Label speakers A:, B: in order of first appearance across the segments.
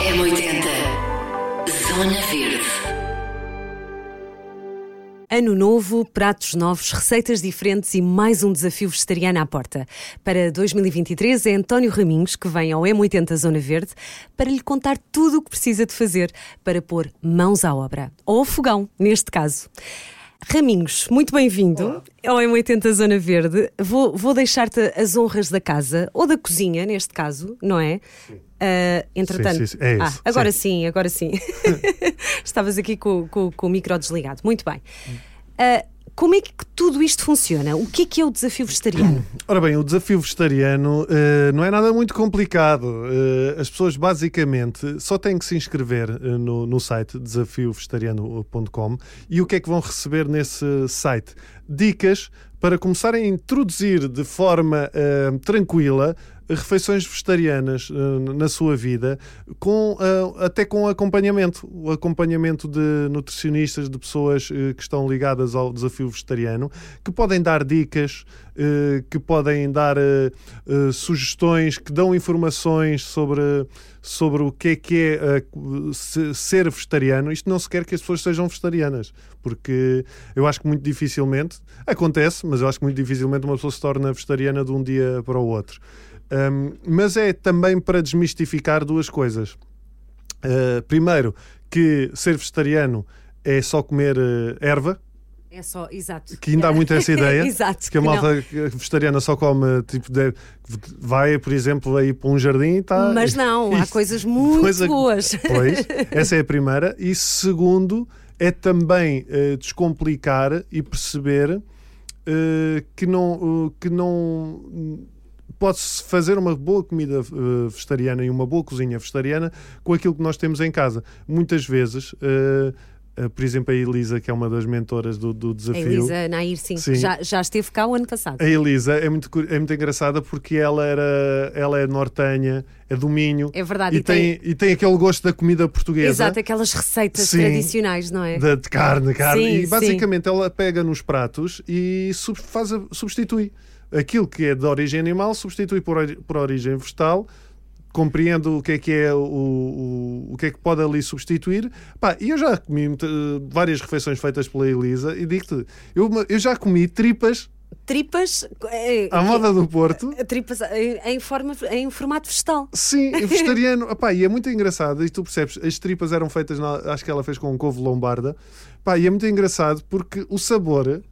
A: M80 Zona Verde
B: Ano novo, pratos novos, receitas diferentes e mais um desafio vegetariano à porta. Para 2023 é António Raminhos que vem ao M80 Zona Verde para lhe contar tudo o que precisa de fazer para pôr mãos à obra. Ou ao fogão, neste caso. Raminhos, muito bem-vindo ao M80 Zona Verde. Vou, vou deixar-te as honras da casa, ou da cozinha, neste caso, não é? Ah, entretanto,
C: Sim, sim, sim. É
B: Ah,
C: isso.
B: agora
C: Sim.
B: sim, agora sim. Estavas aqui com, com- com o micro desligado. Muito bem. Ah, como é que tudo isto funciona? O que é que é o desafio vegetariano?
C: Ora bem, o desafio vegetariano eh, não é nada muito complicado. Eh, as pessoas basicamente só têm que se inscrever eh, no, no site desafiovegetariano.com e o que é que vão receber nesse site? Dicas para começarem a introduzir de forma eh, tranquila refeições vegetarianas eh, na sua vida, com, eh, até com acompanhamento, o acompanhamento de nutricionistas, de pessoas eh, que estão ligadas ao desafio vegetariano, que podem dar dicas, eh, que podem dar eh, eh, sugestões, que dão informações sobre, sobre o que é que é eh, se- ser vegetariano. Isto não se quer que as pessoas sejam vegetarianas, porque eu acho que muito dificilmente, acontece, mas eu acho que muito dificilmente uma pessoa se torna vegetariana de um dia para o outro. Um, mas é também para desmistificar duas coisas. Uh, primeiro, que ser vegetariano é só comer uh, erva,
B: É só, exato.
C: que ainda há muito essa ideia.
B: Exato,
C: Que a
B: que não.
C: malta vegetariana só come, tipo, de- vai, por exemplo, aí para um jardim e está.
B: Mas não, há
C: Isso.
B: coisas muito
C: Coisa-
B: boas.
C: Pois, essa é a primeira. E segundo, é também eh, descomplicar e perceber eh, que não. eh, que não Pode-se fazer uma boa comida eh, vegetariana e uma boa cozinha vegetariana com aquilo que nós temos em casa. Muitas vezes, eh, eh, por exemplo, a Elisa, que é uma das mentoras do, do
B: A
C: desafio,
B: Elisa Nair, sim,
C: Sim.
B: Já, já esteve cá o ano passado.
C: a Elisa é muito, cu- é muito engraçada porque ela, era, ela é nortenha, é do Minho
B: É verdade.
C: e, tem, e tem aquele gosto da comida portuguesa.
B: exato, aquelas receitas
C: Sim.
B: tradicionais, não é?
C: Da, de carne, carne.
B: Sim,
C: e basicamente ela pega nos pratos e sub- faz a- substitui. Aquilo que é de origem animal substitui por, ori- por origem vegetal. Compreendo o que é que é o, o, o que é que pode ali substituir. Pá, e eu já comi muita- várias refeições feitas pela Elisa e digo-te, eu, eu já comi tripas
B: Tripas. eh,
C: à moda do Porto.
B: Tripas eh, em, forma, em formato vegetal.
C: Sim, é vegetariano. Epá, e é muito engraçado. E tu percebes, as tripas eram feitas, na- acho que ela fez com um couve lombarda. Epá, e é muito engraçado porque o sabor eh,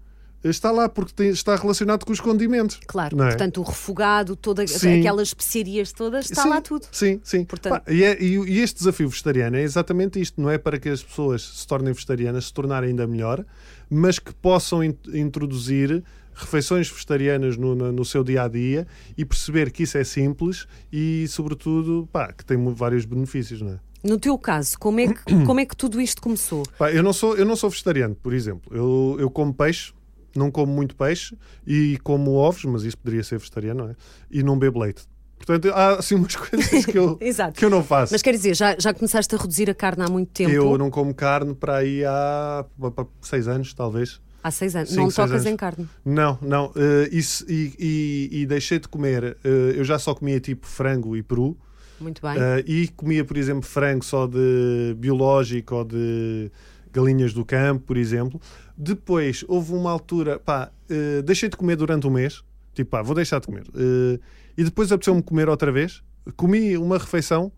C: está lá, porque tem- está relacionado com os condimentos.
B: Claro,
C: Não é?
B: portanto, o refogado, toda,
C: Sim.
B: aquelas especiarias todas, está
C: Sim,
B: lá tudo.
C: Sim, sim.
B: Portanto-
C: Pá, e, é- e o- e este desafio vegetariano é exatamente isto, não é para que as pessoas se tornem vegetarianas, se tornarem ainda melhor, mas que possam in- introduzir refeições vegetarianas no, no- no seu dia a dia e perceber que isso é simples e, sobretudo, pá, que tem mu- vários benefícios, não é?
B: No teu caso, como é que, como é que tudo isto começou?
C: Pá, eu, não sou, eu não sou vegetariano, por exemplo. Eu, eu como peixe, não como muito peixe e como ovos, mas isso poderia ser vegetariano, não é? E não bebo leite. Portanto, há assim umas coisas que eu,
B: Exato.
C: que eu não faço.
B: Mas quer dizer, já, já começaste a reduzir a carne há muito tempo?
C: eu não como carne para aí há pá, pá, seis anos, talvez.
B: Há seis anos.
C: Cinco,
B: não
C: seis
B: tocas
C: anos.
B: em carne.
C: Não, não. eh, isso, e, e- e deixei de comer. eh, eu já só comia tipo frango e peru.
B: Muito bem.
C: Ah, e comia, por exemplo, frango só de biológico ou de galinhas do campo, por exemplo. Depois houve uma altura, pá, eh, deixei de comer durante um mês, tipo, pá, vou deixar de comer. Eh, e depois apeteceu-me comer outra vez. Comi uma refeição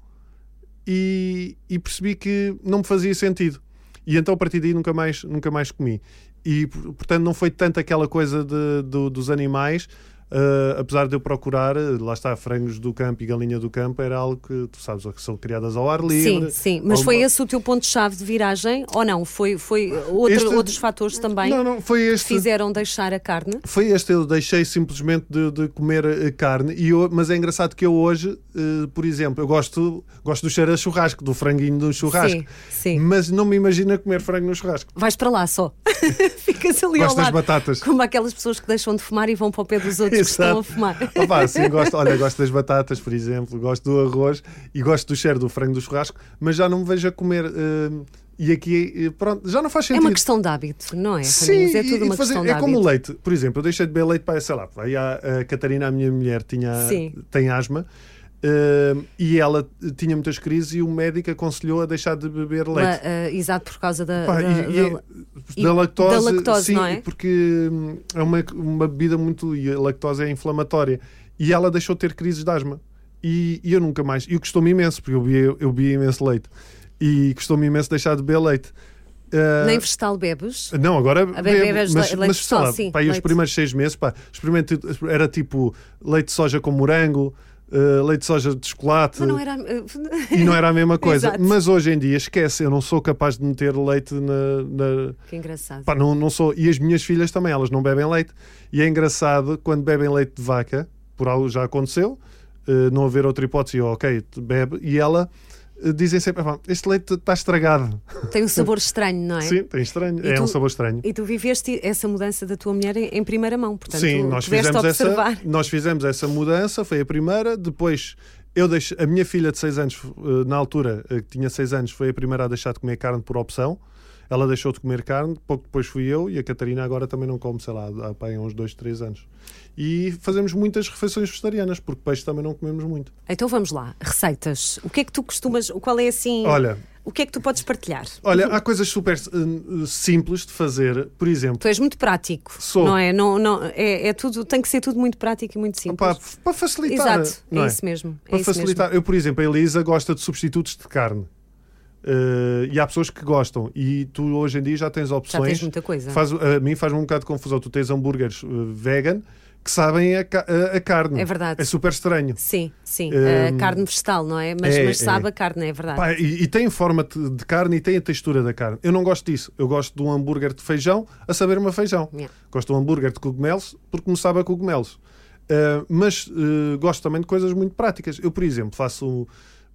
C: e, e percebi que não me fazia sentido. E então a partir daí nunca mais, nunca mais comi. E por- portanto não foi tanto aquela coisa de- do- dos animais, eh, apesar de eu procurar, eh, lá está, frangos do campo e galinha do campo, era algo que tu sabes, que são criadas ao ar
B: sim,
C: livre.
B: sim. Mas foi
C: Alguma-
B: esse o teu ponto-chave de viragem? Ou não? Foi, foi outro-
C: Este-
B: outros fatores também
C: Não, não, foi
B: que
C: este.
B: fizeram deixar a carne?
C: Foi este, eu deixei simplesmente de, de comer eh, carne, e eu- mas é engraçado que eu hoje, eh, por exemplo, eu gosto, gosto do cheiro a churrasco, do franguinho do churrasco,
B: Sim, sim.
C: mas não me imagino a comer frango no churrasco.
B: Vais para lá só. Ficas ali ao
C: Gosto das
B: lado.
C: batatas.
B: Como aquelas pessoas que deixam de fumar e vão para o pé dos outros que estão a
C: Exato.
B: fumar.
C: Opa, sim, gosto, olha, gosto das batatas, por exemplo, gosto do arroz e gosto do cheiro do frango do churrasco, mas já não me vejo a comer. hum, e aqui, eh, pronto, já não faz
B: É
C: sentido.
B: uma questão de hábito, não é?
C: Sim,
B: Raminhos? é
C: e-
B: tudo
C: e
B: uma
C: fazer-
B: questão de
C: é como
B: hábito.
C: o leite. Por exemplo, eu deixei de beber leite para, sei lá, aí a, a Catarina, a minha mulher, tinha,
B: Sim.
C: tem asma eh, e ela tinha muitas crises e o médico aconselhou a deixar de beber
B: Lá,
C: leite.
B: ah, exato, por causa da.
C: Pá,
B: da-
C: e- é, e-
B: Ah, da- e-
C: da lactose,
B: da lactose,
C: sim,
B: não é?
C: porque hum, é uma, uma bebida muito. e a lactose é inflamatória. E ela deixou de ter crises de asma. E, e eu nunca mais. E custou-me imenso, porque eu bebia, eu bebia imenso leite. E custou-me imenso deixar de beber leite. Ah,
B: Nem vegetal bebes?
C: não, agora
B: bem,
C: bebo,
B: bebes
C: mas,
B: le-
C: mas
B: leite
C: sei
B: só,
C: lá,
B: sim,
C: pá, aí os
B: leite.
C: primeiros seis meses pá, experimentei- era tipo leite de soja com morango, ah, leite de soja de chocolate
B: Mas não era.
C: e não era a mesma coisa.
B: Exato.
C: mas hoje em dia, esquece, eu não sou capaz de meter leite na- na,
B: que engraçado.
C: Pá, não, não sou. E as minhas filhas também, elas não bebem leite. E é engraçado quando bebem leite de vaca, por algo já aconteceu, eh, não haver outra hipótese, eu, ok, te- bebe, e ela eh, dizem sempre: "Epá, este leite está estragado.
B: Tem um sabor estranho, não é?
C: Sim, tem estranho.
B: E
C: é
B: tu-
C: um sabor estranho.
B: E tu viveste essa mudança da tua mulher em, em primeira mão, portanto,
C: Sim, nós
B: pudeste
C: fizemos,
B: observar.
C: essa, nós fizemos essa mudança, foi a primeira. Depois, eu deixei, a minha filha de 6 anos, eh, na altura, eh, que tinha 6 anos, foi a primeira a deixar de comer carne por opção. Ela deixou de comer carne, pouco depois fui eu e a Catarina agora também não come, sei lá, há pá, uns 2, 3 anos. E fazemos muitas refeições vegetarianas, porque peixe também não comemos muito.
B: Então vamos lá, receitas. O que é que tu costumas, qual é assim?
C: Olha.
B: O que é que tu podes partilhar?
C: Olha, há coisas super eh, simples de fazer, por exemplo.
B: Tu és muito prático,
C: Sou.
B: não é? Não, não, é, é tudo, tem que ser tudo muito prático e muito
C: Pá,
B: simples.
C: f- para facilitar.
B: Exato,
C: não
B: é, isso mesmo. é
C: Para
B: isso
C: facilitar, eu, por exemplo, a Elisa gosta de substitutos de carne. Eh, e há pessoas que gostam. E tu hoje em dia já tens opções.
B: muita coisa.
C: Faz- a mim faz-me um bocado de confusão. Tu tens hambúrgueres eh, vegan que sabem a, ca- a- a carne.
B: É verdade.
C: É super estranho.
B: Mesmo. Sim, sim.
C: Hum,
B: a carne vegetal, não é? Mas,
C: é,
B: mas sabe
C: é.
B: a carne, é verdade.
C: Pá, e, e tem forma de, de carne e tem a textura da carne. Eu não gosto disso. Eu gosto de um hambúrguer de feijão a saber uma feijão.
B: Yeah.
C: Gosto de um hambúrguer de cogumelos porque me sabe a cogumelos. Ah, mas ah, gosto também de coisas muito práticas. Eu, por exemplo, faço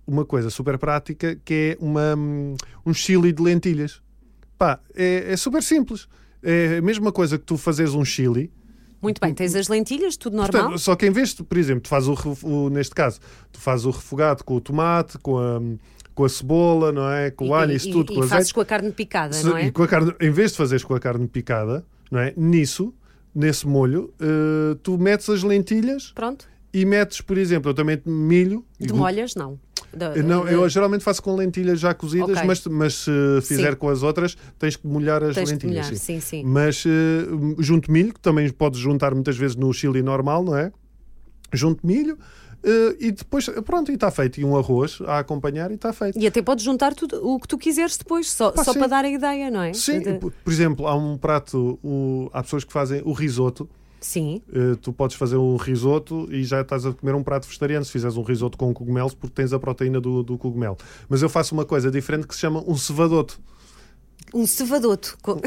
C: uma coisa super prática que é uma, hum, um chili de lentilhas. Pá, é, é super simples. É a mesma coisa que tu fazes um chili,
B: Muito bem, tens as lentilhas, tudo normal.
C: Portanto, só que em vez de, por exemplo, tu fazes o, ref- o- neste caso, tu fazes o refogado com o tomate, com a, com a cebola, não é? Com o alho, isso tudo,
B: e
C: com o
B: fazes
C: azeite.
B: com a carne picada,
C: Se-
B: não é?
C: E com a carne, em vez de fazeres com a carne picada, não é? Nisso, nesse molho, eh, tu metes as lentilhas
B: Pronto.
C: e metes, por exemplo, eu também milho.
B: De
C: E-
B: molhas, não. Da-
C: Não,
B: da-
C: eu geralmente faço com lentilhas já cozidas,
B: Uhum. Ok.
C: mas, mas se fizer
B: Sim.
C: com as outras, tens que molhar as
B: Tens de
C: lentilhas.
B: molhar, sim, sim.
C: Mas eh, junto milho, que também podes juntar muitas vezes no chili normal, não é? Junto milho eh, e depois, pronto, e está feito. E um arroz a acompanhar e está feito.
B: E até podes juntar tudo o que tu quiseres depois, só,
C: Pá,
B: só
C: sim.
B: para dar a ideia, não é?
C: Sim,
B: De-
C: por por exemplo, há um prato, o- há pessoas que fazem o risoto.
B: Sim.
C: Eh, tu podes fazer um risoto e já estás a comer um prato vegetariano se fizeres um risoto com cogumelos porque tens a proteína do, do cogumelo. Mas eu faço uma coisa diferente que se chama um cevadoto.
B: Um cevadoto. Co-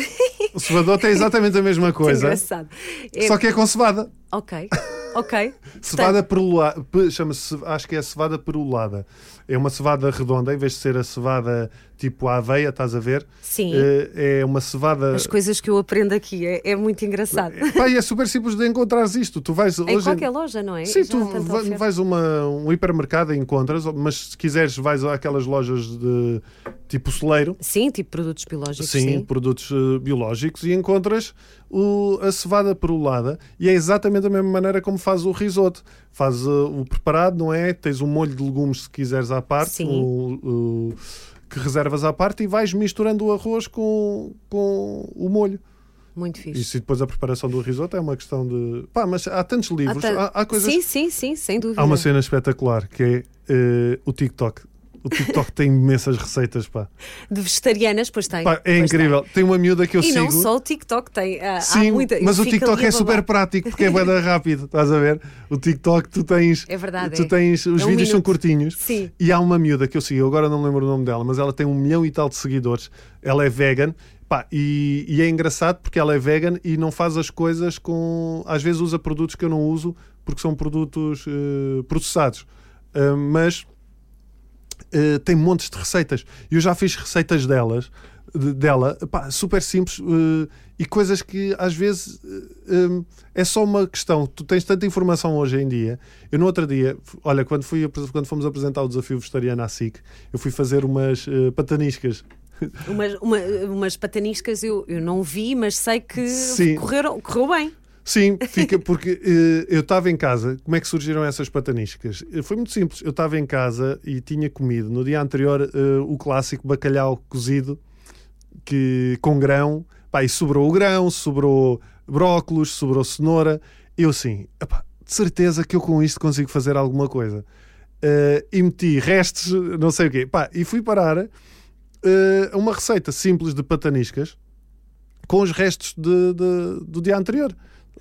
C: O cevadoto é exatamente a mesma coisa,
B: Engraçado. É-
C: só que é com cevada.
B: Ok, ok.
C: Cevada perulada, pe- chama-se, acho que é cevada perulada. É uma cevada redonda, em vez de ser a cevada tipo a aveia, estás a ver?
B: Sim.
C: Eh, É uma cevada.
B: As coisas que eu aprendo aqui é, é muito engraçado.
C: Pá, e é super simples de encontrares isto. Tu vais hoje
B: Em qualquer loja, não é?
C: eh, Sim,
B: Já
C: tu
B: há tanta
C: va-
B: oferta.
C: vais a uma- um hipermercado e encontras, mas se quiseres vais àquelas lojas de tipo celeiro,
B: Sim, tipo produtos biológicos.
C: sim,
B: Sim.
C: produtos eh, biológicos, e encontras o- a cevada perolada e é exatamente a mesma maneira como faz o risoto. Faz eh, o preparado, não é? Tens um molho de legumes se quiseres à parte,
B: Sim.
C: o- o- que reservas à parte e vais misturando o arroz com, com o molho.
B: Muito fixe.
C: E se depois a preparação do risoto é uma questão de... Pá, mas há tantos
B: Há
C: livros,
B: ta-
C: há, há coisas
B: Sim, sim, sim, sem dúvida.
C: Há uma cena espetacular que é eh, o TikTok. O TikTok tem imensas receitas, pá.
B: De vegetarianas, pois tem.
C: Pá, é
B: pois
C: incrível. Tem uma miúda que eu
B: tem. E
C: sigo.
B: não só o TikTok tem. ah, há
C: Sim,
B: muita-
C: mas o
B: fica
C: TikTok
B: ali a
C: é super
B: babar.
C: prático porque é bada rápido, estás a ver? O TikTok tu tens,
B: É verdade,
C: tu
B: é.
C: tens os
B: É um
C: vídeos são
B: minuto.
C: curtinhos.
B: Sim.
C: E há uma miúda que eu sigo, eu agora não me lembro o nome dela, mas ela tem um milhão e tal de seguidores. Ela é vegan. Pá, e, e é engraçado porque ela é vegan e não faz as coisas com. Às vezes usa produtos que eu não uso porque são produtos eh, processados. Ah, mas eh, tem montes de receitas. Eu já fiz receitas delas, de- dela, pá, super simples eh, e coisas que às vezes eh, em, é só uma questão. Tu tens tanta informação hoje em dia. Eu no outro dia, f- olha, quando, fui, apres- quando fomos apresentar o desafio vegetariano à SIC, eu fui fazer umas eh, pataniscas.
B: Umas, uma- umas pataniscas eu, eu não vi, mas sei que
C: Sim.
B: correram, correu bem.
C: Sim, fica porque eh, eu estava em casa. Como é que surgiram essas pataniscas? Eh, Foi muito simples. Eu estava em casa e tinha comido no dia anterior eh, o clássico bacalhau cozido que, com grão. Pá, e sobrou o grão, sobrou brócolos, sobrou cenoura. Eu assim, "Epá, de certeza que eu com isto consigo fazer alguma coisa. Eh, e meti restos, não sei o quê. Pá, e fui parar eh, a uma receita simples de pataniscas com os restos de- de- do dia anterior.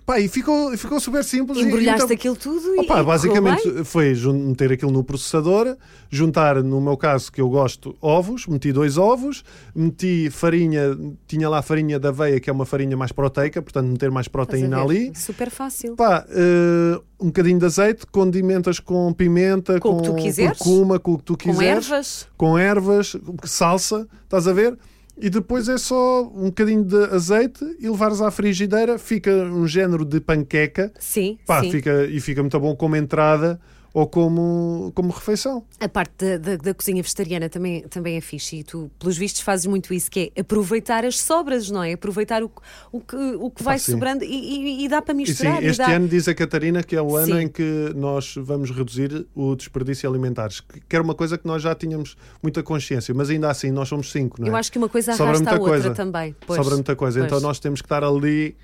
C: Pá, e ficou, ficou super simples. e-
B: Embrulhaste
C: então-
B: aquilo tudo e. e
C: Opa,
B: correu bem?
C: basicamente foi jun- meter aquilo no processador, juntar, no meu caso, que eu gosto, ovos, meti dois ovos, meti farinha, tinha lá farinha da aveia, que é uma farinha mais proteica, portanto meter mais
B: Estás a
C: proteína
B: ver?
C: ali.
B: Super fácil.
C: Pá, eh, um bocadinho de azeite, condimentas com pimenta,
B: Com o
C: com,
B: que tu quiseres.
C: curcuma, com o que tu
B: Com
C: quiseres
B: ervas.
C: com ervas, salsa, estás a ver? E depois é só um bocadinho de azeite e levares à frigideira, fica um género de panqueca
B: Sim,
C: pá,
B: sim.
C: fica, e fica muito bom como entrada ou como, como refeição.
B: A parte da, da- da cozinha vegetariana também, também é fixe e tu, pelos vistos, fazes muito isso, que é aproveitar as sobras, não é? Aproveitar o, que- o, que, o que vai
C: sim.
B: sobrando e, e- e dá para
C: E sim,
B: misturar. e
C: este
B: dá...
C: ano diz a Catarina que é o ano
B: Sim.
C: em que nós vamos reduzir o desperdício alimentares, que que era uma coisa que nós já tínhamos muita consciência, mas ainda assim nós somos cinco, não é?
B: Eu acho que uma coisa
C: Sobra
B: arrasta a
C: muita
B: outra
C: coisa.
B: também. Pois,
C: sobra muita coisa. Então
B: pois.
C: nós temos que estar ali,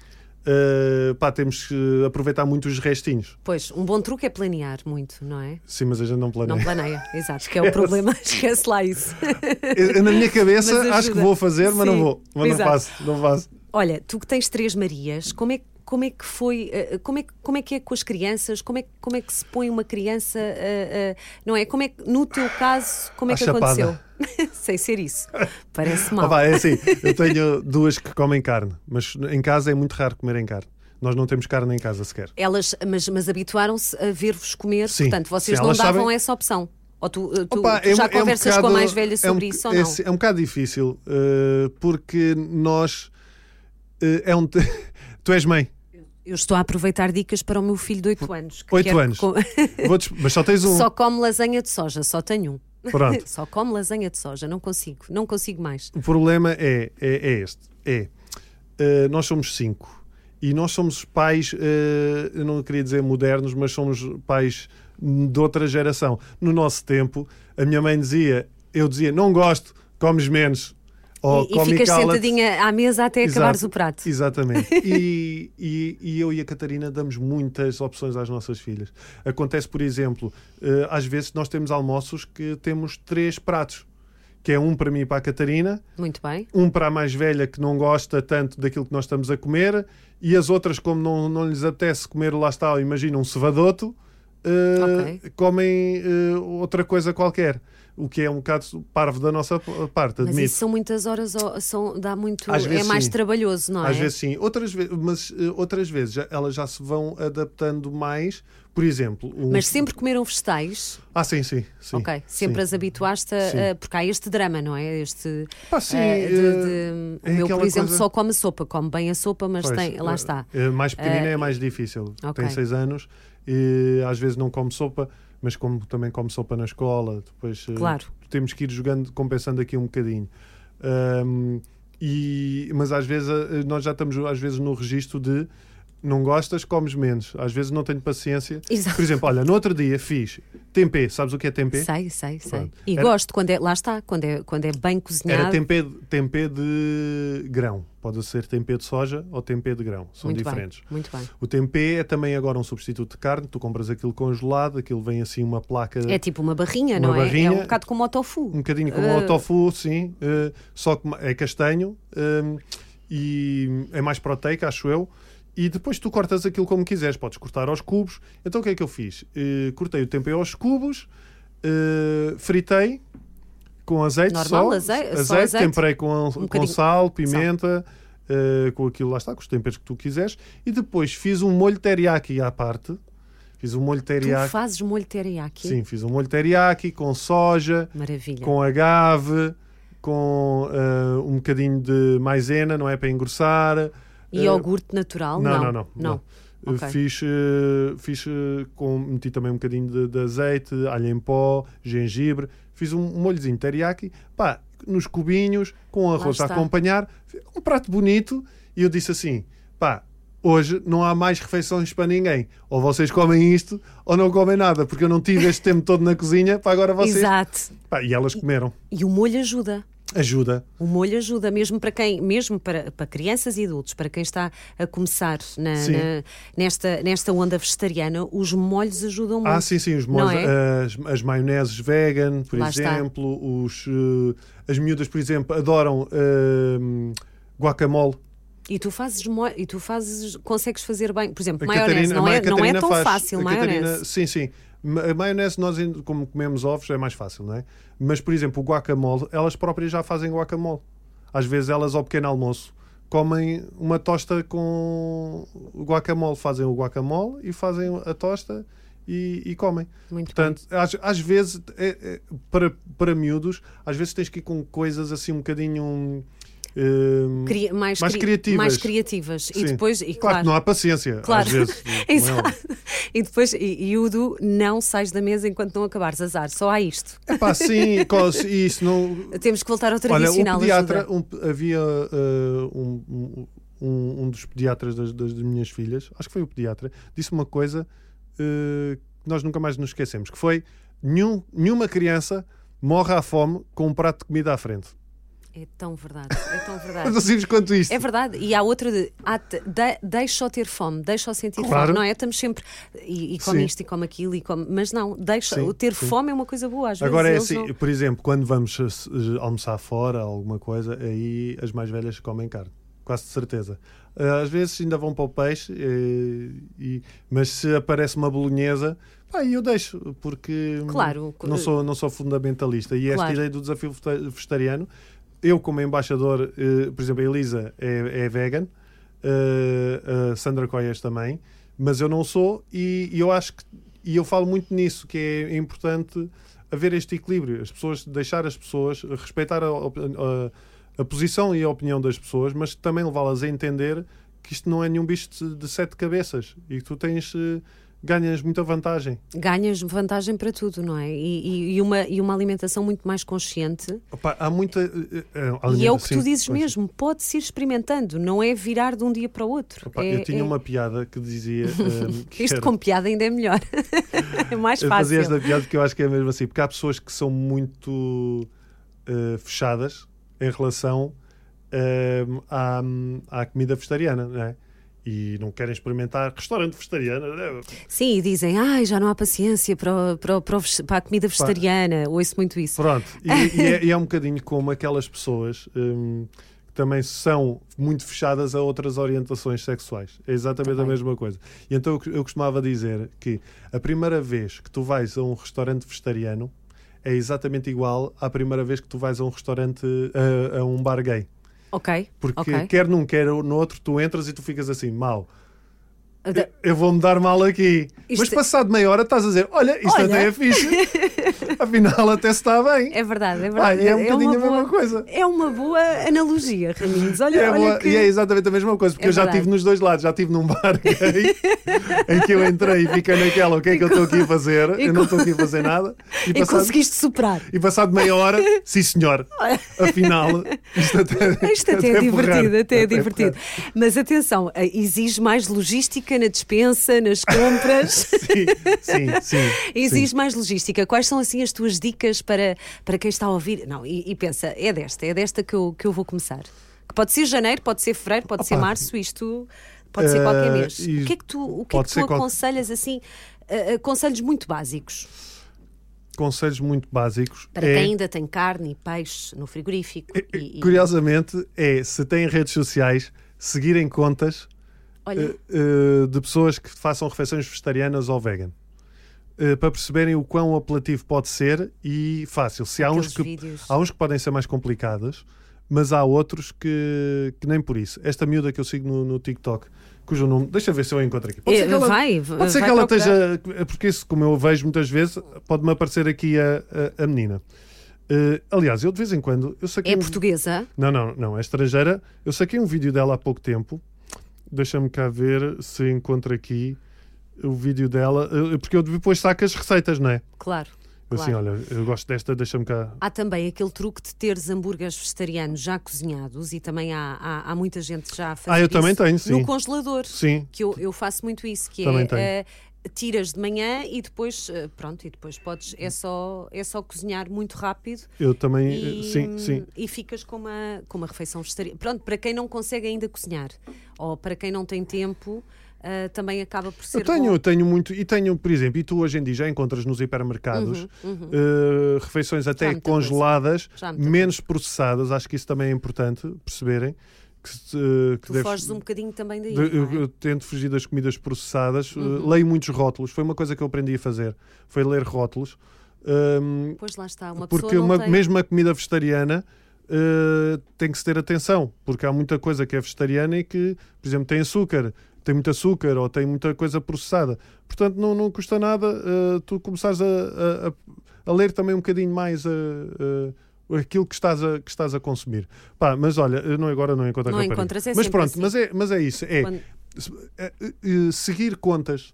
C: eh, pá, temos que aproveitar muito os restinhos.
B: Pois, um bom truque é planear muito, não é?
C: Sim, mas a gente não planeia.
B: Não planeia, exato, que é o problema, esquece lá isso.
C: Eu, Na minha cabeça
B: Mas
C: acho que
B: ajuda.
C: vou fazer, mas
B: Sim,
C: não vou. Mas não
B: exato.
C: faço, não faço.
B: Olha, tu que tens três Marias, como é, como é que foi, eh, como é, que- como é que é com as crianças, como é, que- como é que se põe uma criança, eh, eh, não é? Como é que, no teu caso, como é
C: À
B: que
C: chapada.
B: aconteceu? Sem ser isso, parece
C: Ah,
B: mal.
C: pá, é assim, eu tenho duas que comem carne, mas em casa é muito raro comer em carne. Nós não temos carne em casa sequer.
B: Elas, mas, mas habituaram-se a ver-vos comer,
C: Sim,
B: portanto, vocês
C: sim,
B: não
C: elas
B: davam
C: sabem-
B: essa opção? Ou tu, eh, tu-
C: Opa,
B: tu
C: é um-
B: já
C: é um
B: conversas com a
C: bocado-
B: mais velha
C: é um
B: sobre
C: boc-
B: isso ou
C: é
B: não?
C: assim, É, um bocado difícil, eh, porque nós. eh, é um te- tu és mãe,
B: Eu estou a aproveitar dicas para o meu filho de 8 anos. que
C: oito
B: quer
C: anos.
B: co-
C: Vou des- mas só tens um.
B: Só come lasanha de soja, só tenho um.
C: Pronto.
B: Só come lasanha de soja, não consigo, não consigo mais.
C: O problema é, é, é este: é eh, nós somos cinco e nós somos pais, eh, eu não queria dizer modernos, mas somos pais hum, de outra geração. No nosso tempo, a minha mãe dizia, eu dizia, não gosto, comes menos. Ou
B: E- e
C: come
B: ficas
C: cala-te.
B: sentadinha à mesa até
C: Exato,
B: acabares o prato.
C: Exatamente. E, e- e eu e a Catarina damos muitas opções às nossas filhas. Acontece, por exemplo, eh, às vezes nós temos almoços que temos três pratos, que é um para mim e para a Catarina,
B: Muito bem.
C: um para a mais velha que não gosta tanto daquilo que nós estamos a comer e as outras, como não, não lhes apetece comer, lá está, imagina um cevadoto, eh, comem eh, outra coisa qualquer. O que é um bocado parvo da nossa parte,
B: Mas
C: admito.
B: isso são muitas horas, ó, são, dá muito.
C: Às
B: É
C: vezes
B: mais
C: sim.
B: trabalhoso, não é?
C: Às vezes sim, outras vezes, mas eh, outras vezes já- elas já se vão adaptando mais. Por exemplo, um-
B: Mas sempre comeram vegetais,
C: ah sim sim, sim
B: ok? Sempre
C: sim.
B: as habituaste,
C: Sim.
B: a, a- porque há este drama, não é? Este.
C: Pá, sim,
B: eh, de-
C: eh,
B: de-
C: é
B: o meu, por
C: aquela
B: exemplo,
C: coisa-
B: só come sopa, come bem a sopa, mas
C: Pois,
B: tem, lá está.
C: eh, Mais pequenina é mais difícil.
B: ok.
C: Tem 6 anos e às vezes não come sopa, mas como também come sopa na escola, depois eh,
B: Claro.
C: temos que ir jogando, compensando aqui um bocadinho. Ahm, e, mas às vezes eh, nós já estamos às vezes no registro de não gostas, comes menos. Às vezes não tenho paciência.
B: Exato.
C: Por exemplo, olha, no outro dia fiz tempê. Sabes o que é tempê?
B: Sei, sei, sei.
C: Pronto.
B: E
C: Era-
B: gosto quando é, lá está, quando é, quando é bem
C: Era
B: cozinhado.
C: tempê, tempê de grão. Pode ser tempê de soja ou tempê de grão. São
B: muito
C: diferentes.
B: bem, muito bem.
C: O tempê é também agora um substituto de carne. Tu compras aquilo congelado, aquilo vem assim uma placa,
B: É tipo uma barrinha,
C: Uma
B: não
C: barrinha.
B: é? É um bocado como o tofu.
C: um bocadinho como
B: Eh.
C: o tofu, sim, eh, só que ma- é castanho eh, e é mais proteica, acho eu. E depois tu cortas aquilo como quiseres, podes cortar aos cubos. Então o que é que eu fiz? Eh, cortei o tempê aos cubos, eh, fritei com azeite,
B: Normal,
C: só,
B: azeite- só azeite. Um
C: temperei com, com
B: bocadinho.
C: sal, pimenta, eh, com aquilo lá está, com os temperos que tu quiseres. E depois fiz um molho teriyaki à parte. Fiz um molho
B: Tu
C: teriyaki.
B: fazes molho teriyaki?
C: Sim, fiz um molho teriyaki com soja,
B: Maravilha.
C: com agave, com eh, um bocadinho de maisena, não é? Para engrossar. Eh,
B: E iogurte natural?
C: não,
B: Não,
C: não, não,
B: não.
C: Eh,
B: Ok.
C: Fiz, eh, fiz eh, com, meti também um bocadinho de, de azeite, alho em pó, gengibre. Fiz um molhozinho teriyaki, pá, nos cubinhos, com arroz a
B: está.
C: acompanhar. Um prato bonito. E eu disse assim, pá, hoje não há mais refeições para ninguém. Ou vocês comem isto ou não comem nada, porque eu não tive este tempo todo na cozinha para agora vocês.
B: Exato.
C: Pá, e elas comeram.
B: E o molho ajuda.
C: Ajuda.
B: O molho ajuda, mesmo para quem, mesmo para, para crianças e adultos, para quem está a começar na-
C: Sim.
B: na- nesta, nesta onda vegetariana, os molhos ajudam muito.
C: Ah, sim, sim, os molhos,
B: Não é?
C: as, as maioneses vegan, por
B: Lá está.
C: exemplo, os, eh, as miúdas, por exemplo, adoram eh, guacamole.
B: E tu fazes mo- e tu fazes, consegues fazer bem, por exemplo,
C: A
B: maionese, não, é,
C: a
B: não é
C: Catarina
B: tão
C: faz.
B: fácil,
C: A
B: maionese.
C: Catarina- sim, sim. Ma- A maionese, nós, ainda- como comemos ovos, é mais fácil, não é? Mas, por exemplo, o guacamole, elas próprias já fazem guacamole. Às vezes, elas, ao pequeno almoço, comem uma tosta com guacamole. Fazem o guacamole e fazem a tosta e, e comem.
B: Muito
C: Portanto, às, às vezes, é- é- para, para miúdos, às vezes tens que ir com coisas assim um bocadinho. hum,
B: Cri- mais,
C: mais
B: cri-
C: criativas.
B: mais criativas. E
C: Sim.
B: depois, e
C: claro, que
B: claro,
C: não há paciência.
B: Claro.
C: Às vezes, como é óbvio.
B: Exato. E depois, e, e o do não sais da mesa enquanto não acabares azar. Só há isto.
C: Epá, É sim, co- isso não.
B: Temos que voltar ao
C: Olha, um
B: tradicional.
C: pediatra,
B: ajuda.
C: um pe- havia eh, um, um, um dos pediatras das, das minhas filhas, acho que foi o pediatra, disse uma coisa eh, que nós nunca mais nos esquecemos: que foi nenhum- nenhuma criança morre à fome com um prato de comida à frente.
B: É tão verdade. É tão
C: Mas
B: verdade.
C: tão simples quanto isto.
B: É verdade, e há outra de, há te- de- deixa-o ter fome, deixa-o sentir
C: Claro.
B: fome, não é? Estamos sempre e, e come
C: Sim.
B: isto e come aquilo, e come, mas não, deixa
C: Sim,
B: o ter
C: sim.
B: fome é uma coisa boa, às vezes
C: Agora é
B: eles
C: assim,
B: não-
C: por exemplo, quando vamos eh, almoçar fora, alguma coisa, aí as mais velhas comem carne, quase de certeza. Eh, Às vezes ainda vão para o peixe, eh, e- mas se aparece uma bolonhesa, pá, eu deixo, porque hum,
B: Claro, eh, co-
C: não, sou, não sou fundamentalista. E esta
B: Claro.
C: ideia do desafio vegeta- vegetariano, eu como embaixador, eh, por exemplo, a Elisa é, é vegan, eh, a Sandra Coias também, mas eu não sou e, e eu acho que e eu falo muito nisso, que é importante haver este equilíbrio, as pessoas deixar as pessoas, respeitar a, op- a- a posição e a opinião das pessoas, mas também levá-las a entender que isto não é nenhum bicho de, de sete cabeças e que tu tens eh, ganhas muita vantagem.
B: ganhas vantagem para tudo, não é? E, e- e uma, e uma alimentação muito mais consciente.
C: Opa, há muita eh, eh,
B: E é
C: alimentação-
B: o que tu dizes
C: pois.
B: mesmo, pode-se ir experimentando, não é virar de um dia para o outro.
C: Opa,
B: É-
C: eu tinha
B: é-
C: uma piada que dizia hum, que
B: Isto
C: era-
B: com piada ainda é melhor. é mais
C: eu fazia
B: fácil.
C: esta piada que eu acho que é mesmo assim, porque há pessoas que são muito eh, fechadas em relação hum, à, à comida vegetariana, não é? E não querem experimentar restaurante vegetariano. né?
B: Sim, e dizem, ai, já não há paciência para, o- para, o- para, o vege- para a comida vegetariana. Ouço muito isso.
C: Pronto, e, e é, e é um bocadinho como aquelas pessoas hum, que também são muito fechadas a outras orientações sexuais. É exatamente a
B: Também.
C: mesma coisa. E então eu, eu costumava dizer que a primeira vez que tu vais a um restaurante vegetariano é exatamente igual à primeira vez que tu vais a um restaurante, a, a um bar gay.
B: Ok.
C: Porque
B: ok.
C: quer num, quer no outro, tu entras e tu ficas assim, mal.
B: Da-
C: Eu vou-me dar mal aqui.
B: Isto- é
C: Mas passado meia hora estás a dizer, olha, isto
B: Olha.
C: até é fixe. Afinal, até se está bem.
B: É verdade, é
C: Pá,
B: verdade.
C: é um bocadinho
B: uma
C: a mesma
B: boa-
C: coisa.
B: É uma boa analogia, Raminhos. Olha,
C: E é
B: olha
C: boa-
B: que...
C: E é exatamente a mesma coisa, porque
B: É
C: eu já
B: verdade.
C: estive nos dois lados. Já estive num bar gay em que eu entrei e fiquei naquela: o que é que eu estou aqui a fazer?
B: e
C: Eu não estou aqui a fazer nada. E
B: e
C: passado,
B: é conseguiste superar.
C: e passado meia hora, sim senhor, afinal, isto até,
B: Isto até é
C: porrar.
B: divertido, até é
C: porrar.
B: divertido. Mas atenção, eh, exige mais logística na dispensa, nas compras.
C: Sim, sim, sim.
B: Exige mais logística. Quais são assim as tuas dicas para, para quem está a ouvir? Não, e, e pensa, é desta, é desta que eu, que eu vou começar. Que pode ser janeiro, pode ser fevereiro, pode ser
C: Opa.
B: março, isto pode ser qualquer
C: Eh,
B: mês.
C: e
B: O que é que tu, o que é
C: pode
B: que tu
C: ser qual-
B: aconselhas assim? eh, eh, conselhos muito básicos
C: Conselhos muito básicos.
B: para
C: é-
B: quem ainda tem carne e peixe no frigorífico. e, e-
C: Curiosamente, é se têm redes sociais, seguirem contas
B: olha,
C: eh, eh, de pessoas que façam refeições vegetarianas ou vegan. Eh, para perceberem o quão apelativo pode ser e fácil. Se há uns,
B: Aqueles
C: que,
B: vídeos.
C: há uns que podem ser mais complicados, mas há outros que, que nem por isso. Esta miúda que eu sigo no, no TikTok, cujo nome. Deixa ver se eu a encontro aqui. Pode
B: Eh,
C: ser que ela,
B: vai,
C: pode ser
B: vai
C: que ela
B: procurar.
C: esteja. Porque isso, como eu vejo muitas vezes, pode-me aparecer aqui a, a, a menina. Eh, aliás, eu de vez em quando. Eu
B: é
C: saquei um-
B: portuguesa.
C: não, não, não, é estrangeira. Eu saquei um vídeo dela há pouco tempo. Deixa-me cá ver se encontro aqui o vídeo dela. Eu- eu- Porque eu depois saco as receitas, não é?
B: Claro.
C: Assim,
B: Claro.
C: olha, eu gosto desta, deixa-me cá.
B: Há também aquele truque de teres hambúrgueres vegetarianos já cozinhados e também há, há, há muita gente já a fazer
C: Ah, eu também
B: isso
C: tenho, sim.
B: no congelador.
C: Sim,
B: Que eu, eu faço muito isso, que
C: Também
B: é
C: tenho.
B: eh, tiras de manhã e depois, eh, pronto, e depois podes, é só, é só cozinhar muito rápido
C: eu também. eh,
B: e,
C: Sim, sim.
B: e ficas com uma, com uma refeição vegetariana. Pronto, para quem não consegue ainda cozinhar ou para quem não tem tempo, eh, também acaba por ser
C: Eu tenho,
B: bom.
C: eu tenho muito, e tenho, por exemplo, e tu hoje em dia já encontras nos hipermercados eh, refeições
B: Uhum, Já há
C: até
B: muita
C: congeladas,
B: Já há muita
C: menos processadas, acho que isso também é importante perceberem. Que, se- eh, que
B: Tu
C: deve-
B: foges um bocadinho também daí.
C: de- eu,
B: não é? Uhum.
C: eu tento fugir das comidas processadas, eh, leio muitos rótulos, foi uma coisa que eu aprendi a fazer, foi ler rótulos. Hum,
B: Pois lá está, uma
C: porque
B: pessoa não
C: uma,
B: tem...
C: mesmo a comida vegetariana eh, tem que se ter atenção, porque há muita coisa que é vegetariana e que, por exemplo, tem açúcar, tem muito açúcar ou tem muita coisa processada. Portanto, não, não custa nada eh, tu começares a, a- a- a ler também um bocadinho mais eh, eh, aquilo que estás a, que estás a consumir. Pá, mas olha, eu não, agora não encontro a
B: Não
C: rapariga.
B: encontras, é
C: Mas
B: sempre
C: pronto,
B: assim.
C: mas, é, mas é isso. É,
B: Quando-
C: se- eh, eh, seguir contas,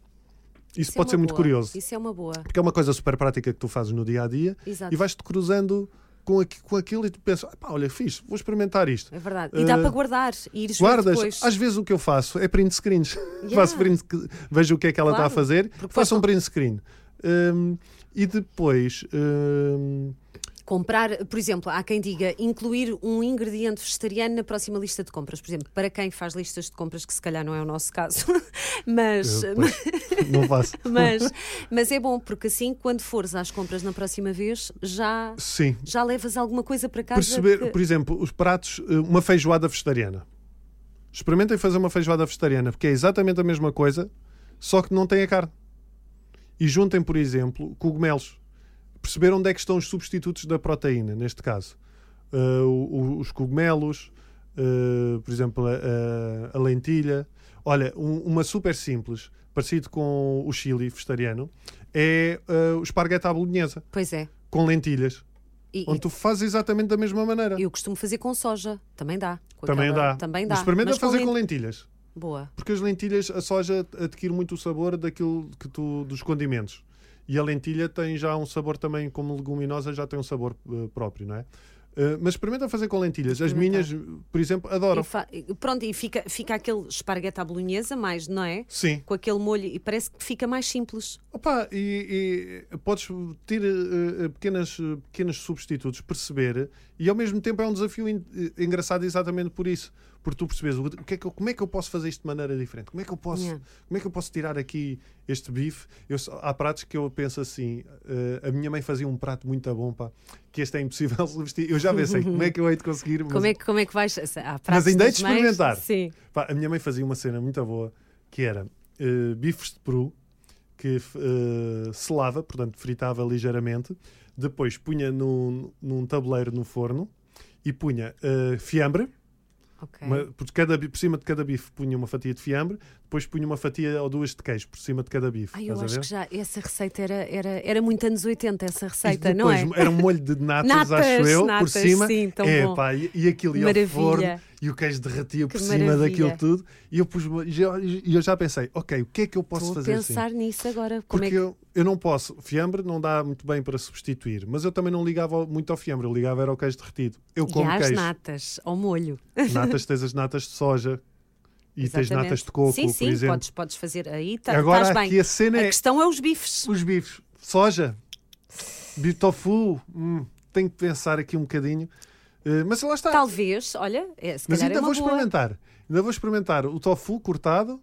C: isso,
B: é
C: pode
B: uma
C: ser muito
B: boa.
C: curioso.
B: Isso é uma boa.
C: Porque é uma coisa super prática que tu fazes no dia a dia
B: Exato.
C: e vais-te cruzando com, aqui, com aquilo e tu pensas, "Ah, pá, olha, fiz, vou experimentar isto.
B: É verdade. E dá
C: Eh,
B: para guardar e ires ver
C: Guardas,
B: depois.
C: às vezes o que eu faço é print screens.
B: Yeah.
C: faço print, sc- vejo o que é que ela está
B: Claro,
C: a fazer,
B: porque faz-
C: faço um print screen. Hum, e depois. hum,
B: Comprar, por exemplo, há quem diga incluir um ingrediente vegetariano na próxima lista de compras. Por exemplo, para quem faz listas de compras, que se calhar não é o nosso caso, mas,
C: eu, pois, não faço.
B: mas, mas é bom, porque assim, quando fores às compras na próxima vez, já,
C: Sim.
B: já levas alguma coisa para casa.
C: Perceber,
B: que-
C: por exemplo, os pratos, eh, uma feijoada vegetariana. Experimentem fazer uma feijoada vegetariana, porque é exatamente a mesma coisa, só que não tem a carne. E juntem, por exemplo, cogumelos. Perceber onde é que estão os substitutos da proteína, neste caso. Eh, o- o- os cogumelos, eh, por exemplo, a, a- a lentilha. Olha, um- uma super simples, parecido com o chili vegetariano, é eh, o esparguete à bolonhesa,
B: Pois é.
C: com lentilhas,
B: E,
C: onde tu fazes exatamente da mesma maneira.
B: e eu costumo fazer com soja. Também dá. Com
C: Também
B: aquela-
C: dá.
B: Também dá.
C: Mas experimenta
B: mas
C: fazer com
B: lente-
C: lentilhas.
B: Boa.
C: Porque as lentilhas, a soja adquire muito o sabor daquilo que tu, dos condimentos. E a lentilha tem já um sabor também, como leguminosa, já tem um sabor eh, próprio, não é? Eh, mas experimenta fazer com lentilhas. As minhas, por exemplo, adoram.
B: E fa- e Pronto, e fica, fica aquele esparguete à bolonhesa, mais, não é?
C: Sim.
B: com aquele molho e parece que fica mais simples.
C: Opa, e, e podes ter eh, eh, pequenas, eh, pequenos substitutos, perceber, e ao mesmo tempo é um desafio en- eh, engraçado exatamente por isso. Porque tu percebes o que é que eu- como é que eu posso fazer isto de maneira diferente? Como é que eu posso,
B: Yeah.
C: como é que eu posso tirar aqui este bife? Eu só- há pratos que eu penso assim: eh, a minha mãe fazia um prato muito bom, pá, que este é impossível substituir. Eu já pensei, como é que eu hei de conseguir? mas-
B: Como é que, como é que vais. Há
C: mas
B: pratos
C: ainda hei
B: das
C: de
B: mães-
C: experimentar.
B: Sim.
C: Pá, a minha mãe fazia uma cena muito boa que era eh, bifes de peru que eh, selava, portanto fritava ligeiramente, depois punha num, num tabuleiro no forno e punha eh, fiambre,
B: Ok.
C: uma- por, cada, bi- por cima de cada bife punha uma fatia de fiambre, depois punha uma fatia ou duas de queijo por cima de cada bife.
B: Ai, eu
C: estás a
B: acho
C: ver?
B: que já. Essa receita era, era, era muito anos 80, essa
C: E
B: receita, não é?
C: depois era um molho de natas,
B: Natas,
C: acho eu,
B: natas,
C: por cima.
B: sim, tão
C: é,
B: bom.
C: pá, e, e aquilo ia
B: Maravilha.
C: ao forno e o queijo derretia
B: Que
C: por cima
B: maravilha.
C: daquilo tudo. E eu, pus, e eu- e eu já pensei, ok, o que é que eu posso
B: Estou a
C: fazer assim?
B: pensar nisso agora. Como
C: Porque
B: é que...
C: eu, eu não posso, fiambre não dá muito bem para substituir, mas eu também não ligava ao- muito ao fiambre, eu ligava era ao queijo derretido. Eu
B: E
C: como
B: às
C: queijo.
B: natas, ao molho.
C: Natas, tens as natas de soja e tens
B: Exatamente.
C: natas de coco,
B: Sim, sim,
C: por exemplo.
B: Podes, podes fazer aí. Tá,
C: Agora
B: estás bem.
C: aqui a cena é-
B: questão é os bifes.
C: Os bifes, soja, bife tofu, hum, tenho que pensar aqui um bocadinho. Eh, mas lá está,
B: Talvez, olha, é, se
C: Mas
B: calhar
C: ainda
B: é uma
C: vou
B: boa.
C: experimentar. Ainda vou experimentar o tofu cortado,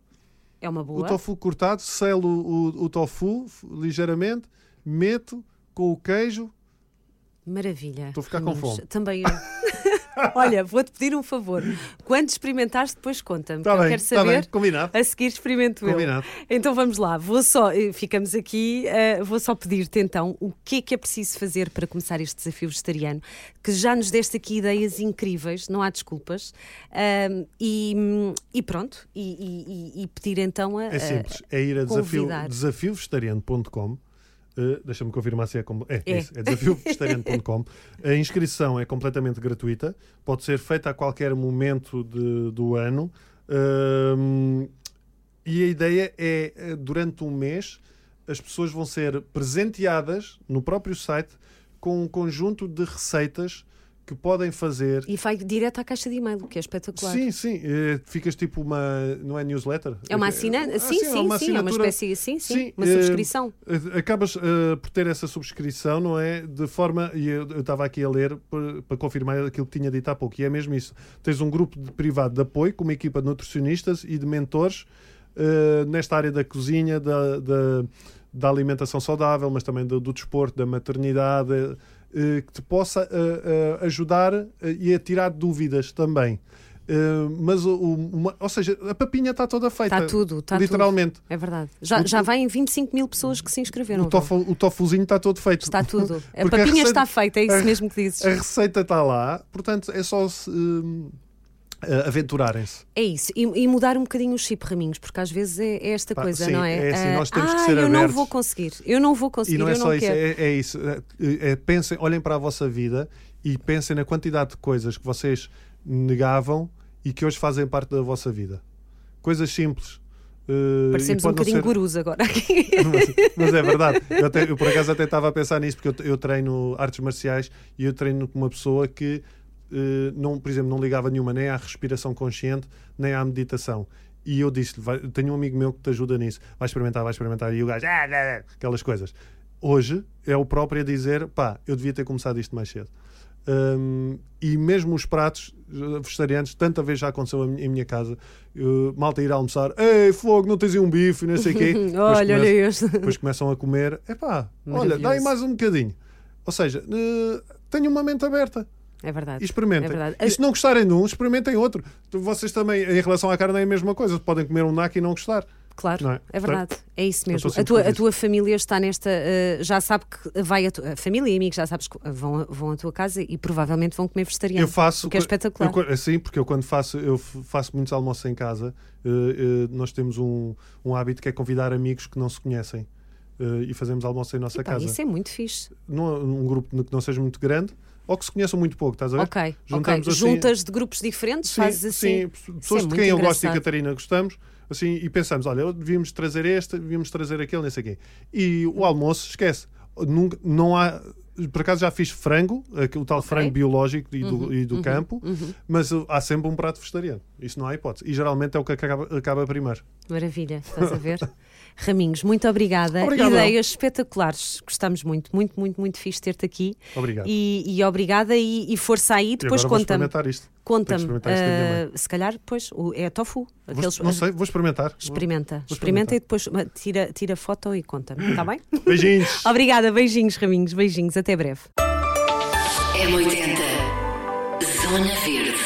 B: É uma
C: o
B: boa.
C: tofu cortado, selo o, o tofu f- ligeiramente, meto com o queijo.
B: Maravilha.
C: Estou a ficar com
B: Raminhos.
C: fome.
B: Também eu. Olha, vou-te pedir um favor. Quando experimentares, depois conta-me. que
C: Está
B: eu
C: Tá bem,
B: quero
C: está bem,
B: saber.
C: combinado.
B: A seguir experimento eu.
C: Combinado.
B: Então vamos lá, vou só, eh, ficamos aqui, eh, vou só pedir-te então o que é que é preciso fazer para começar este desafio vegetariano, que já nos deste aqui ideias incríveis, não há desculpas. Ahm, e, hum, e pronto, e, e- e- e pedir então a.
C: É simples, é ir a desafio,
B: convidar.
C: desafiovegetariano.com. eh, Deixa-me confirmar se é como. É,
B: É.
C: é. isso, é desafiovegetariano.com. A inscrição é completamente gratuita, pode ser feita a qualquer momento de- do ano. ehm, Hum, e a ideia é, eh, durante um mês, as pessoas vão ser presenteadas no próprio site com um conjunto de receitas que podem fazer.
B: E vai direto à caixa de e-mail, o que é espetacular.
C: Sim, sim. eh, Ficas tipo uma. Não é newsletter? ah,
B: É uma assinante? Sim, sim, sim, é uma
C: assinatura.
B: espécie, sim, sim, uma
C: eh,
B: subscrição.
C: eh, Acabas eh, por ter essa subscrição, não é? De forma, e eu eu estava aqui a ler para, para confirmar aquilo que tinha dito há pouco, e é mesmo isso. Tens um grupo de privado de apoio com uma equipa de nutricionistas e de mentores eh, nesta área da cozinha, da, da, da alimentação saudável, mas também do, do desporto, da maternidade, eh, que te possa eh, eh, ajudar eh, e a tirar dúvidas também. Eh, mas o, o- uma- ou seja, a papinha está toda feita.
B: Está Tá tudo, está tudo.
C: Literalmente.
B: É verdade. Já,
C: O-
B: já vai em 25 mil pessoas que se inscreveram.
C: O, tofu, o tofuzinho está todo feito.
B: Está tudo. A
C: Porque
B: papinha
C: receita-
B: está feita, é isso
C: a-
B: mesmo que dizes.
C: A receita está lá, portanto é só se, hum, eh, aventurarem-se.
B: É isso, e, e mudar um bocadinho o chip, Raminhos, porque às vezes é, é esta
C: Pá,
B: coisa,
C: sim,
B: não é?
C: é assim,
B: Ah,
C: nós temos
B: ah,
C: que ser
B: eu não
C: abertos."
B: vou conseguir, eu não vou
C: E
B: conseguir,
C: não é
B: eu
C: só
B: não
C: isso,
B: quero.
C: é, é isso. Eh, eh, pensem, olhem para a vossa vida e pensem na quantidade de coisas que vocês negavam e que hoje fazem parte da vossa vida. Coisas simples. eh, e
B: Parecemos um
C: pode não
B: bocadinho
C: ser-
B: gurus agora aqui.
C: mas, mas é verdade. Eu, até- eu, por acaso até estava a pensar nisso, porque eu, eu treino artes marciais e eu treino com uma pessoa que, eh, não, por exemplo, não ligava nenhuma nem à respiração consciente, nem à meditação. E eu disse-lhe: "Vai- tenho um amigo meu que te ajuda nisso, vai experimentar, vai experimentar. E o gajo, "Ah, ah, ah", aquelas coisas. Hoje é o próprio a dizer: pá, eu devia ter começado isto mais cedo. Hum, e mesmo os pratos eh, vegetarianos, tanta vez já aconteceu em minha- em minha casa, eu- malta ir almoçar, ei, fogo, não tens aí um bife, não sei o quê. Depois
B: olha,
C: começa-
B: olha este.
C: depois começam a comer, epá, olha, dá aí
B: Maravilhoso.
C: mais um bocadinho. Ou seja, eh, tenham uma mente aberta
B: É verdade.
C: e experimentem.
B: É verdade.
C: e se não gostarem de um, experimentem outro. Tu- Vocês também, em relação à carne, é a mesma coisa. Podem comer um nac e não gostar.
B: Claro,
C: Não
B: é?
C: é?
B: verdade. É isso mesmo.
C: estou
B: A
C: sempre
B: tua, a
C: convicto.
B: tua família está nesta. eh, já sabe que vai a, tu, a família e amigos, já sabes que vão, vão à tua casa e provavelmente vão comer vegetariano.
C: Eu faço.
B: O que é espetacular.
C: Eu, assim, porque eu quando faço, eu f- faço muitos almoços em casa, eh, eh, nós temos um, um hábito que é convidar amigos que não se conhecem. eh, e fazemos almoço em nossa
B: Epá,
C: casa.
B: Isso é muito fixe.
C: Num, num grupo que não seja muito grande ou que se conheçam muito pouco, estás a ver?
B: Ok, ok.
C: é? Juntamos assim-
B: Juntas de grupos diferentes, fazes assim.
C: sim, pessoas
B: Isso é
C: de
B: muito
C: quem eu gosto e a
B: engraçado.
C: Catarina gostamos, assim, e pensamos, olha, eu devíamos trazer este, devíamos trazer aquele, nem sei quê. E o almoço, esquece. Nunca, não há. Por acaso já fiz frango, aquele- o tal frango biológico e do,
B: Uhum,
C: e do campo, mas uh, há sempre um prato vegetariano. Isso não há hipótese. E geralmente é o que acaba, acaba primeiro.
B: Maravilha, estás a ver? Raminhos, muito obrigada.
C: Obrigado.
B: Ideias espetaculares. Gostamos muito, muito, muito, muito fixe ter-te aqui.
C: Obrigado.
B: E, e obrigada e, e força aí. Depois
C: e agora vou
B: conta-me.
C: experimentar isto.
B: Conta-me.
C: Tenho que experimentar isto da minha
B: ah, se calhar, pois, o- é tofu.
C: Vou-
B: Aqueles- ah,
C: não sei, vou experimentar.
B: Experimenta.
C: Vou
B: Experimenta e depois ah, tira, tira foto e conta-me, está bem?
C: Beijinhos.
B: obrigada, beijinhos, Raminhos, beijinhos, até breve.
A: M80. Zona Verde.